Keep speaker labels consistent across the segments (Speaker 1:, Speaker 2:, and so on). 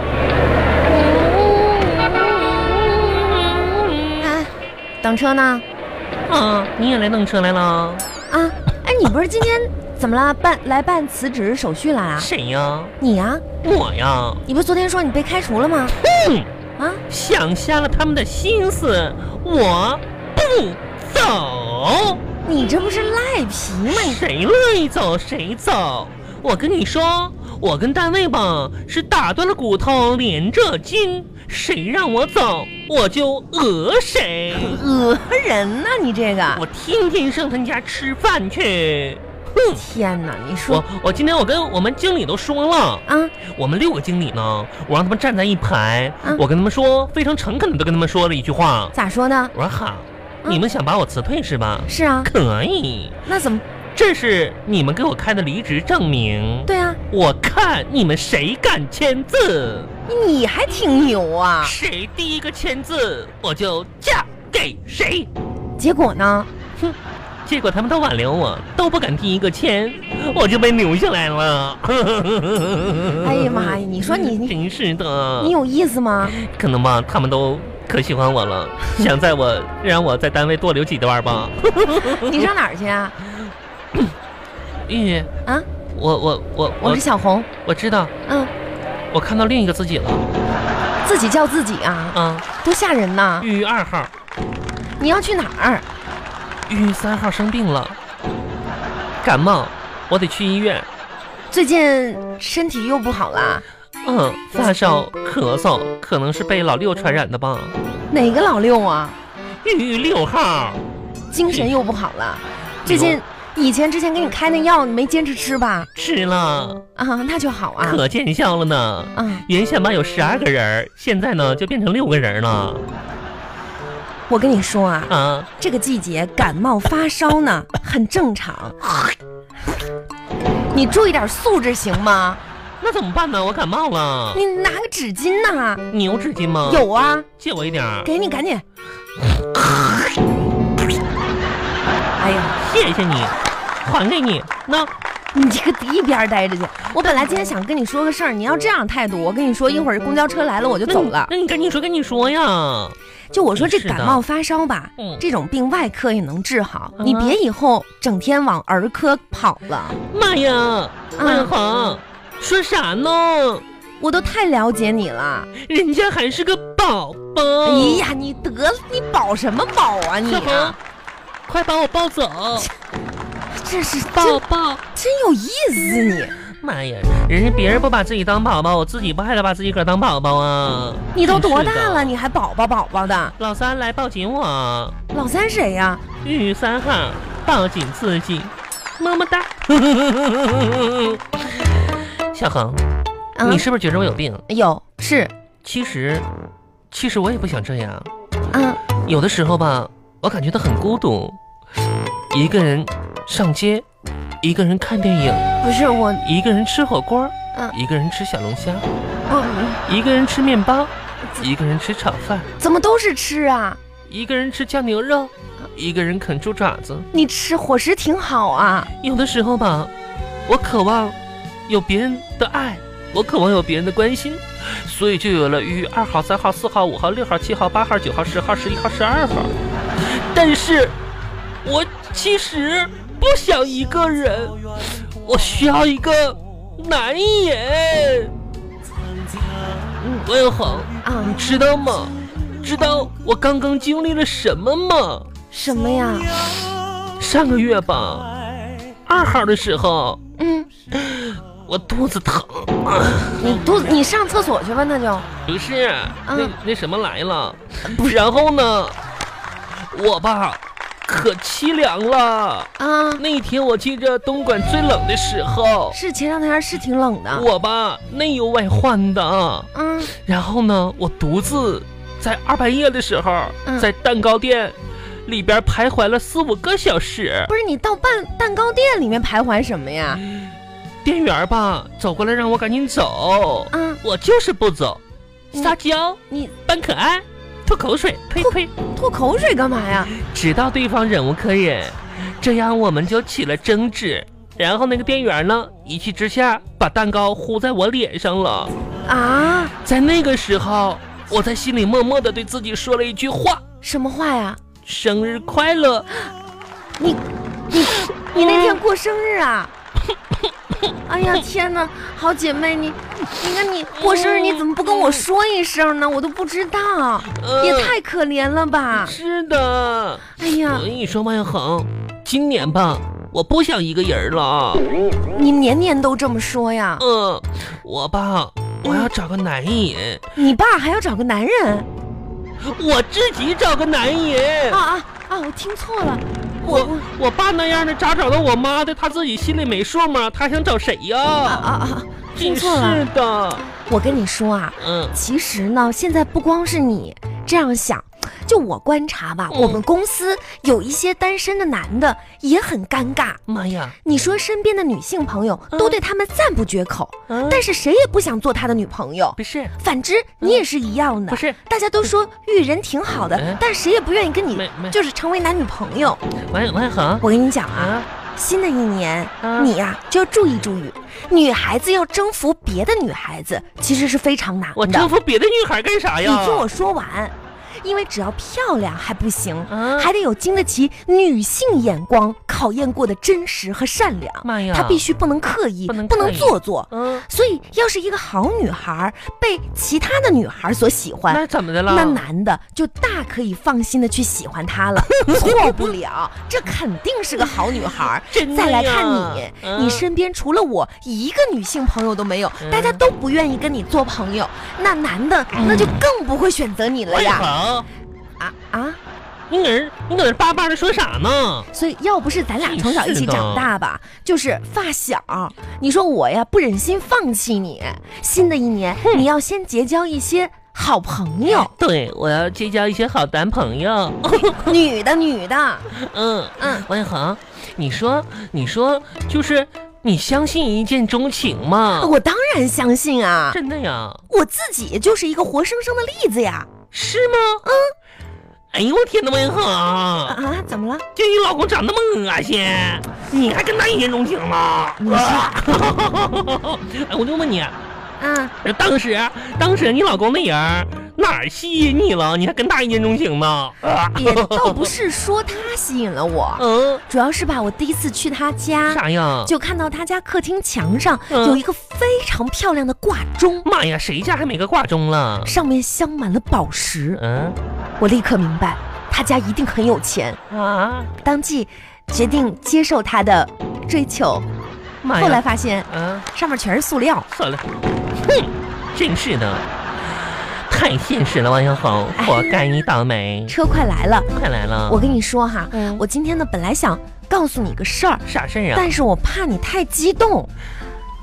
Speaker 1: 哎等车呢？
Speaker 2: 啊，你也来弄车来了？
Speaker 1: 啊，哎，你不是今天怎么了？办来办辞职手续来啊？
Speaker 2: 谁呀？
Speaker 1: 你呀、
Speaker 2: 我呀，
Speaker 1: 你不是昨天说你被开除了吗？
Speaker 2: 嗯，
Speaker 1: 啊，
Speaker 2: 想瞎了他们的心思，我不走。
Speaker 1: 你这不是赖皮吗？你
Speaker 2: 谁乐意走谁走。我跟你说，我跟单位吧是打断了骨头连着筋，谁让我走我就讹谁。
Speaker 1: 讹呃人呢、你这个
Speaker 2: 我天天上他们家吃饭去。哼，
Speaker 1: 天哪！你说
Speaker 2: 我我今天我跟我们经理都说了，
Speaker 1: 啊，
Speaker 2: 我们六个经理呢，我让他们站在一排，
Speaker 1: 嗯
Speaker 2: 我跟他们说，非常诚恳的都跟他们说了一句话，
Speaker 1: 咋说呢？
Speaker 2: 我说好，
Speaker 1: 嗯
Speaker 2: 你们想把我辞退是吧？
Speaker 1: 是啊，
Speaker 2: 可以，
Speaker 1: 那怎么？
Speaker 2: 这是你们给我开的离职证明。
Speaker 1: 对啊，
Speaker 2: 我看你们谁敢签字，
Speaker 1: 你还挺牛啊！
Speaker 2: 谁第一个签字，我就嫁给谁。
Speaker 1: 结果呢？
Speaker 2: 结果他们都挽留我，都不敢第一个签，我就被留下来了。
Speaker 1: 哎呀妈呀！你说你你
Speaker 2: 真是的，
Speaker 1: 你有意思吗？
Speaker 2: 可能吧，他们都可喜欢我 了，想在我让我在单位多留几段吧。
Speaker 1: 你上哪儿去啊？
Speaker 2: 玉玉，
Speaker 1: 啊，
Speaker 2: 我我我
Speaker 1: 我
Speaker 2: 我
Speaker 1: 是小红，
Speaker 2: 我知道，
Speaker 1: 嗯，
Speaker 2: 我看到另一个自己了
Speaker 1: 自己叫自己啊，
Speaker 2: 啊，
Speaker 1: 多吓人呐！
Speaker 2: 玉玉二号，
Speaker 1: 你要去哪儿？
Speaker 2: 玉玉三号生病了，感冒，我得去医院。
Speaker 1: 最近身体又不好啦？
Speaker 2: 嗯，发烧、咳嗽，可能是被老六传染的吧。
Speaker 1: 哪个老六啊？
Speaker 2: 玉玉六号，
Speaker 1: 精神又不好了？最近以前之前给你开那药，你没坚持吃吧？
Speaker 2: 吃了，
Speaker 1: 啊，那就好啊。
Speaker 2: 可见效了呢。
Speaker 1: 啊，
Speaker 2: 原先吧有十二个人儿，现在呢就变成六个人了
Speaker 1: 我跟你说啊，
Speaker 2: 啊！
Speaker 1: 这个季节感冒发烧呢，很正常。你注意点素质行吗？
Speaker 2: 那怎么办呢？我感冒了，
Speaker 1: 你拿个纸巾呐、
Speaker 2: 你有纸巾吗？，
Speaker 1: 有啊，
Speaker 2: 借我一点儿，
Speaker 1: 给你，赶紧。哎呀，
Speaker 2: 谢谢 你，还给你。那
Speaker 1: 你这个一边待着去！我本来今
Speaker 2: 嗯
Speaker 1: 天想跟你说个事儿，你要这样态度，我跟你说，一会儿公交车来了我就
Speaker 2: 那
Speaker 1: 走
Speaker 2: 你
Speaker 1: 了。
Speaker 2: 那你赶紧说，赶紧说呀！
Speaker 1: 就我说这
Speaker 2: 是的
Speaker 1: 感冒发烧吧
Speaker 2: 嗯，
Speaker 1: 这种病外科也能治好，
Speaker 2: 嗯
Speaker 1: 你别以后整天往儿科跑了。啊
Speaker 2: 妈呀，
Speaker 1: 嗯
Speaker 2: 万恒，说啥呢？
Speaker 1: 我都太了解你了。
Speaker 2: 人家还是个宝宝。
Speaker 1: 哎呀，你得了你保什么保啊你
Speaker 2: 小
Speaker 1: 啊
Speaker 2: 红！，快把我抱走，
Speaker 1: 这是真
Speaker 2: 抱抱！
Speaker 1: 真有意思你，
Speaker 2: 妈呀，人家别人不把自己当宝宝，我自己不还得把自己个儿当宝宝啊？
Speaker 1: 你都多
Speaker 2: 真是
Speaker 1: 大
Speaker 2: 的
Speaker 1: 了，？你还宝宝宝宝的？
Speaker 2: 老三来抱紧我，
Speaker 1: 老三谁呀、
Speaker 2: 玉玉三号抱紧自己，么么 哒。小恒，
Speaker 1: 嗯
Speaker 2: 你是不是觉得我有病？
Speaker 1: 有是
Speaker 2: 其实，其实我也不想这样。
Speaker 1: 嗯，
Speaker 2: 有的时候吧，我感觉到很孤独，一个人上街，一个人看电影，
Speaker 1: 不是我
Speaker 2: 一个人吃火锅，
Speaker 1: 嗯
Speaker 2: 一个人吃小龙虾，
Speaker 1: 嗯
Speaker 2: 一个人吃面包，一个人吃炒饭，
Speaker 1: 怎么都是吃啊？
Speaker 2: 一个人吃酱牛肉，
Speaker 1: 嗯
Speaker 2: 一个人啃猪爪子。
Speaker 1: 你吃伙食挺好啊，
Speaker 2: 有的时候吧，我渴望有别人的爱，我渴望有别人的关心，所以就有了于二号、三号、四号、五号、六号、七号、八号、九号、十号、十一号、十二号。但是，我其实不想一个人，我需要一个男人。万恒，
Speaker 1: 啊
Speaker 2: 你知道吗？知道我刚刚经历了什么吗？
Speaker 1: 什么呀？
Speaker 2: 上个月吧，二号的时候，
Speaker 1: 嗯，
Speaker 2: 我肚子疼，
Speaker 1: 你肚子你上厕所去吧，那就
Speaker 2: 不是、那
Speaker 1: 嗯
Speaker 2: 那什么来了，然后呢，我吧可凄凉了。
Speaker 1: 啊。
Speaker 2: 那天我记着东莞最冷的时候，
Speaker 1: 是前两天是挺冷的，
Speaker 2: 我吧内忧外患的。啊
Speaker 1: 嗯
Speaker 2: 然后呢，我独自在二半夜的时候，
Speaker 1: 嗯
Speaker 2: 在蛋糕店里边徘徊了四五个小时，
Speaker 1: 不是你到蛋蛋糕店里面徘徊什么呀？
Speaker 2: 店员吧走过来让我赶紧走，
Speaker 1: 啊，
Speaker 2: 我就是不走，
Speaker 1: 嗯
Speaker 2: 撒娇。
Speaker 1: 你
Speaker 2: 扮可爱，吐口水，呸呸，
Speaker 1: 吐口水干嘛呀？
Speaker 2: 直到对方忍无可忍，这样我们就起了争执。然后那个店员呢，一气之下把蛋糕糊在我脸上了。
Speaker 1: 啊，
Speaker 2: 在那个时候，我在心里默默的对自己说了一句话：
Speaker 1: 什么话呀？
Speaker 2: 生日快乐！
Speaker 1: 你那天过生日 啊？哎呀天哪，好姐妹，你你看你过生日你怎么不跟我说一声呢？我都不知道，
Speaker 2: 呃
Speaker 1: 也太可怜了吧！
Speaker 2: 是的。
Speaker 1: 哎呀
Speaker 2: 我，跟你说，万小恒，今年吧，我不想一个人了。
Speaker 1: 你年年都这么说呀？
Speaker 2: 嗯，我吧，我要找个男人，
Speaker 1: 你爸还要找个男人？
Speaker 2: 我自己找个男人
Speaker 1: 啊。啊啊！我听错了，我
Speaker 2: 我
Speaker 1: 我
Speaker 2: 我爸那样的，咋找到我妈的？他自己心里没数吗？他想找谁
Speaker 1: 啊
Speaker 2: 呀？
Speaker 1: 啊啊！
Speaker 2: 真
Speaker 1: 听
Speaker 2: 是
Speaker 1: 错了，
Speaker 2: 的，
Speaker 1: 我跟你说啊，
Speaker 2: 嗯
Speaker 1: 其实呢，现在不光是你这样想，就我观察吧，
Speaker 2: 嗯
Speaker 1: 我们公司有一些单身的男的也很尴尬。
Speaker 2: 妈呀，
Speaker 1: 你说身边的女性朋友
Speaker 2: 嗯
Speaker 1: 都对他们赞不绝口，
Speaker 2: 嗯
Speaker 1: 但是谁也不想做他的女朋友。
Speaker 2: 不是
Speaker 1: 反之，你也是一样的
Speaker 2: 不。是，
Speaker 1: 大家都说遇人挺好
Speaker 2: 嗯
Speaker 1: 的，但谁也不愿意跟你
Speaker 2: 没没
Speaker 1: 就是成为男女朋友。
Speaker 2: 王王小恒
Speaker 1: 我跟你讲啊，
Speaker 2: 啊，
Speaker 1: 新的一年
Speaker 2: 啊
Speaker 1: 你呀、就要注意注意，女孩子要征服别的女孩子其实是非常难的。
Speaker 2: 我征服别的女孩干啥
Speaker 1: 你
Speaker 2: 呀？
Speaker 1: 听我说完，因为只要漂亮还不行，
Speaker 2: 啊，
Speaker 1: 还得有经得起女性眼光考验过的真实和善良。
Speaker 2: 妈呀，
Speaker 1: 她必须不能刻意，
Speaker 2: 嗯不能刻意
Speaker 1: 做作。
Speaker 2: 嗯，
Speaker 1: 所以，要是一个好女孩被其他的女孩所喜欢，
Speaker 2: 那怎么的了？
Speaker 1: 那男的就大可以放心的去喜欢她 了，错不了。这肯定是个好女孩。
Speaker 2: 真的
Speaker 1: 再来看
Speaker 2: 呀
Speaker 1: 你，
Speaker 2: 嗯
Speaker 1: 你身边除了我一个女性朋友都没有，
Speaker 2: 嗯
Speaker 1: 大家都不愿意跟你做朋友，那男的那就更不会选择你了
Speaker 2: 王小
Speaker 1: 呀！
Speaker 2: 恒，
Speaker 1: 啊啊！
Speaker 2: 你搁这你搁这叭叭的说啥呢？
Speaker 1: 所以要不是咱俩
Speaker 2: 真
Speaker 1: 从小一
Speaker 2: 是
Speaker 1: 起
Speaker 2: 的
Speaker 1: 长大吧，就是发小，你说我呀不忍心放弃你，新的一年你要先结交一些好朋友，
Speaker 2: 对，我要结交一些好男朋友。
Speaker 1: 女的女的，
Speaker 2: 嗯
Speaker 1: 嗯，
Speaker 2: 王小恒，你说，你说，就是你相信一见钟情吗？
Speaker 1: 啊我当然相信啊，
Speaker 2: 真的呀？
Speaker 1: 我自己就是一个活生生的例子呀！
Speaker 2: 是吗？嗯。哎呦我天呐，王小恒，
Speaker 1: 啊，怎么了？
Speaker 2: 就你老公长那么恶心，你还跟他一见钟情了？
Speaker 1: 你是
Speaker 2: 哎，我就问你，
Speaker 1: 嗯。
Speaker 2: 当时当时你老公那人儿哪儿吸引你了？你还跟他一见钟情呢？啊
Speaker 1: 也倒不是说他吸引了我，
Speaker 2: 嗯，
Speaker 1: 主要是吧，我第一次去他家，
Speaker 2: 啥呀？
Speaker 1: 就看到他家客厅墙上
Speaker 2: 嗯
Speaker 1: 有一个非常漂亮的挂钟，
Speaker 2: 妈呀，谁家还没个挂钟了？
Speaker 1: 上面镶满了宝石。
Speaker 2: 嗯
Speaker 1: 我立刻明白，他家一定很有钱，
Speaker 2: 啊，
Speaker 1: 当即决定接受他的追求。
Speaker 2: 妈呀！
Speaker 1: 后来发现
Speaker 2: 啊，
Speaker 1: 上面全是塑料，
Speaker 2: 算了，哼，真是的，太现实了，王小红，活该你倒霉。
Speaker 1: 车快来了。
Speaker 2: 快来了，
Speaker 1: 我跟你说哈，
Speaker 2: 嗯
Speaker 1: 我今天呢本来想告诉你个事儿，
Speaker 2: 啥事儿啊？
Speaker 1: 但是我怕你太激动，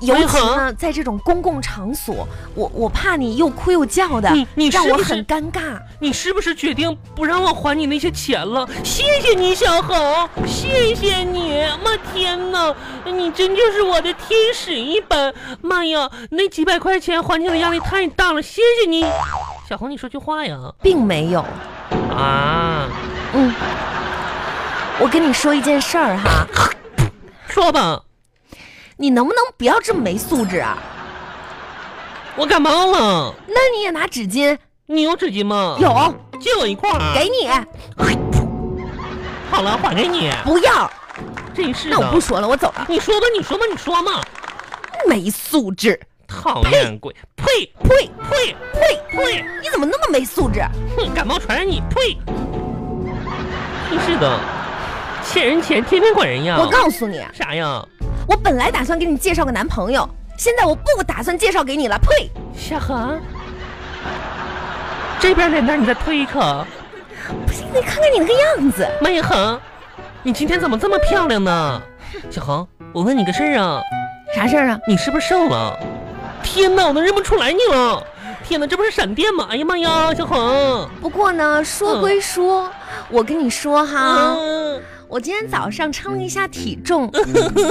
Speaker 1: 尤
Speaker 2: 为
Speaker 1: 其
Speaker 2: 何
Speaker 1: 呢，在这种公共场所，我我怕你又哭又叫的，
Speaker 2: 嗯你你是
Speaker 1: 让我
Speaker 2: 不是
Speaker 1: 很尴尬。
Speaker 2: 你是不是决定不让我还你那些钱了？谢谢你，小红，谢谢你！妈天哪，你真就是我的天使一般！妈呀，那几百块钱还钱的压力太大了，谢谢你，小红，你说句话呀！
Speaker 1: 并没有，
Speaker 2: 啊，
Speaker 1: 嗯，我跟你说一件事儿哈，
Speaker 2: 说吧，
Speaker 1: 你能不能不要这么没素质啊？
Speaker 2: 我感冒了，
Speaker 1: 那你也拿纸巾，
Speaker 2: 你有纸巾吗？，
Speaker 1: 有，
Speaker 2: 借我一块儿。
Speaker 1: 给你，
Speaker 2: 好了，还给你。
Speaker 1: 不要。
Speaker 2: 真是的，
Speaker 1: 那我不说了，我走了，
Speaker 2: 你说吧，你说吧，你说嘛。
Speaker 1: 没素质，
Speaker 2: 讨厌鬼，呸
Speaker 1: 呸
Speaker 2: 呸！
Speaker 1: 呸
Speaker 2: 呸！
Speaker 1: 你怎么那么没素质？
Speaker 2: 哼，感冒传染你，呸！真是的，欠人钱天天管人要。
Speaker 1: 我告诉你，
Speaker 2: 啥呀？
Speaker 1: 我本来打算给你介绍个男朋友，现在我不打算介绍给你了，呸！
Speaker 2: 小恒，这边脸蛋你再推一口。
Speaker 1: 不是，你看看你那个样子。
Speaker 2: 麦一恒，你今天怎么这么漂亮呢？小恒，我问你个事儿啊，
Speaker 1: 啥事儿啊？
Speaker 2: 你是不是瘦了？天哪，我都认不出来你了！天哪，这不是闪电吗？哎呀妈呀，小恒，
Speaker 1: 嗯
Speaker 2: 啊
Speaker 1: 不过呢，说归说，我跟你说哈，
Speaker 2: 嗯
Speaker 1: 我今天早上称了一下体重，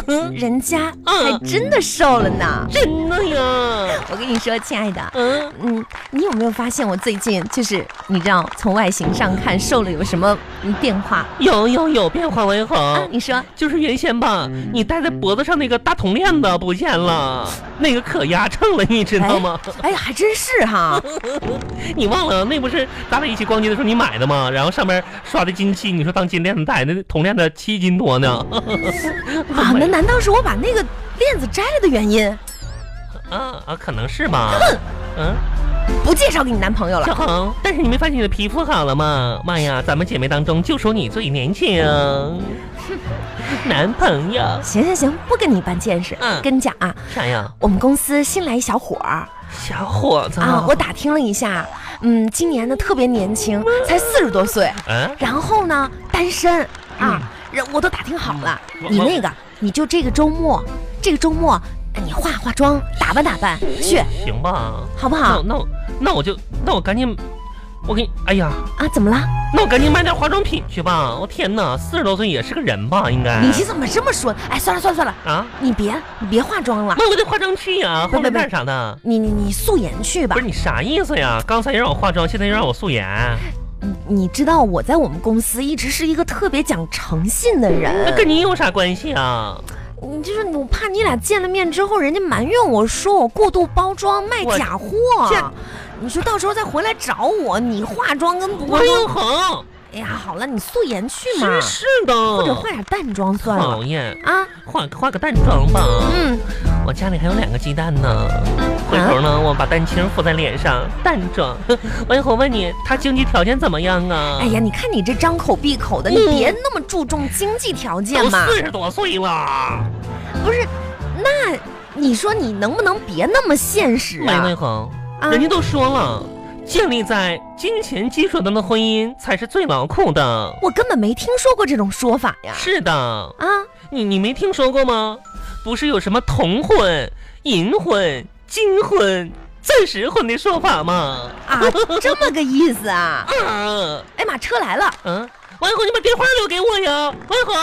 Speaker 1: 嗯人家还真的瘦了呢。
Speaker 2: 真的 呀，
Speaker 1: 我跟你说，亲爱的，
Speaker 2: 嗯，
Speaker 1: 嗯，你有没有发现我最近就是你知道从外形上看瘦了有什么嗯变化
Speaker 2: 有有有变化为
Speaker 1: 啊
Speaker 2: 好？，
Speaker 1: 你说
Speaker 2: 就是原先吧，你戴在脖子上那个大铜链子不见了，那个可压秤了，你知道吗？
Speaker 1: 哎呀，还真是 哈，哎
Speaker 2: 你忘了那不是咱俩一起逛街的时候你买的吗？然后上面刷的金漆，你说当金链子戴，那铜链子七斤多呢。
Speaker 1: 啊，那难道是我把那个链子摘了的原因？
Speaker 2: 啊啊，可能是吧。嗯，
Speaker 1: 不介绍给你男朋友
Speaker 2: 小
Speaker 1: 了？
Speaker 2: 红，但是你没发现你的皮肤好了吗？妈呀，咱们姐妹当中就属你最年轻。
Speaker 1: 嗯
Speaker 2: 男朋友
Speaker 1: 行行行，不跟你一般见识。
Speaker 2: 嗯
Speaker 1: 跟你讲啊，
Speaker 2: 啥呀？
Speaker 1: 我们公司新来一小伙儿
Speaker 2: 小伙子
Speaker 1: 啊，我打听了一下，嗯，今年呢特别年轻，才四十多岁，
Speaker 2: 嗯，
Speaker 1: 然后呢单身啊，人我都打听好了，
Speaker 2: 我
Speaker 1: 你
Speaker 2: 我
Speaker 1: 那个你就这个周末，这个周末哎你化化妆，打扮打扮去，
Speaker 2: 行吧？
Speaker 1: 好不
Speaker 2: 那
Speaker 1: 好
Speaker 2: 我那我那我就那我赶紧，我给你，哎呀，
Speaker 1: 啊？怎么了？
Speaker 2: 那我赶紧买点化妆品去吧。我天哪，四十多岁也是个人吧？应该
Speaker 1: 你怎么这么说？哎，算了算了算了，
Speaker 2: 啊，
Speaker 1: 你别你别化妆了，
Speaker 2: 那我得化妆去呀，
Speaker 1: 不
Speaker 2: 化
Speaker 1: 不
Speaker 2: 妆
Speaker 1: 不
Speaker 2: 蛋啥的。
Speaker 1: 你你你素颜去吧
Speaker 2: 不是。你啥意思呀？刚才又让我化妆，现在又让我素颜，
Speaker 1: 呃你你知道我在我们公司一直是一个特别讲诚信的
Speaker 2: 那
Speaker 1: 人，
Speaker 2: 跟你有啥关系啊？
Speaker 1: 你就是我怕你俩见了面之后，人家埋怨我说我过度包装卖
Speaker 2: 我
Speaker 1: 假货
Speaker 2: 这，
Speaker 1: 你说到时候再回来找我，你化妆跟不化妆
Speaker 2: 王永红，
Speaker 1: 哎呀，好了，你素颜去嘛，
Speaker 2: 真是哦的，
Speaker 1: 或者化点淡妆算了
Speaker 2: 讨厌，
Speaker 1: 啊。
Speaker 2: 化化个淡妆吧。
Speaker 1: 嗯，
Speaker 2: 我家里还有两个鸡蛋呢，
Speaker 1: 啊
Speaker 2: 回头呢，我把蛋清敷在脸上，淡 妆。王永红问你，他经济条件怎么样啊？
Speaker 1: 哎呀，你看你这张口闭口的，你
Speaker 2: 嗯哦
Speaker 1: 别那么注重经济条件
Speaker 2: 都
Speaker 1: 嘛。
Speaker 2: 四十多岁了，
Speaker 1: 不是，那你说你能不能别那么现实
Speaker 2: 王
Speaker 1: 啊
Speaker 2: 永？红，
Speaker 1: 啊
Speaker 2: 人家都说了，建立在金钱基础上的婚姻才是最牢固的。
Speaker 1: 我根本没听说过这种说法呀。
Speaker 2: 是的，
Speaker 1: 啊，
Speaker 2: 你你没听说过吗？不是有什么铜婚、银婚、金婚、钻石婚的说法吗？
Speaker 1: 啊，这么个意思啊！
Speaker 2: 啊，
Speaker 1: 哎妈，车来了，
Speaker 2: 嗯、王一红，你把电话留给我呀，王一红。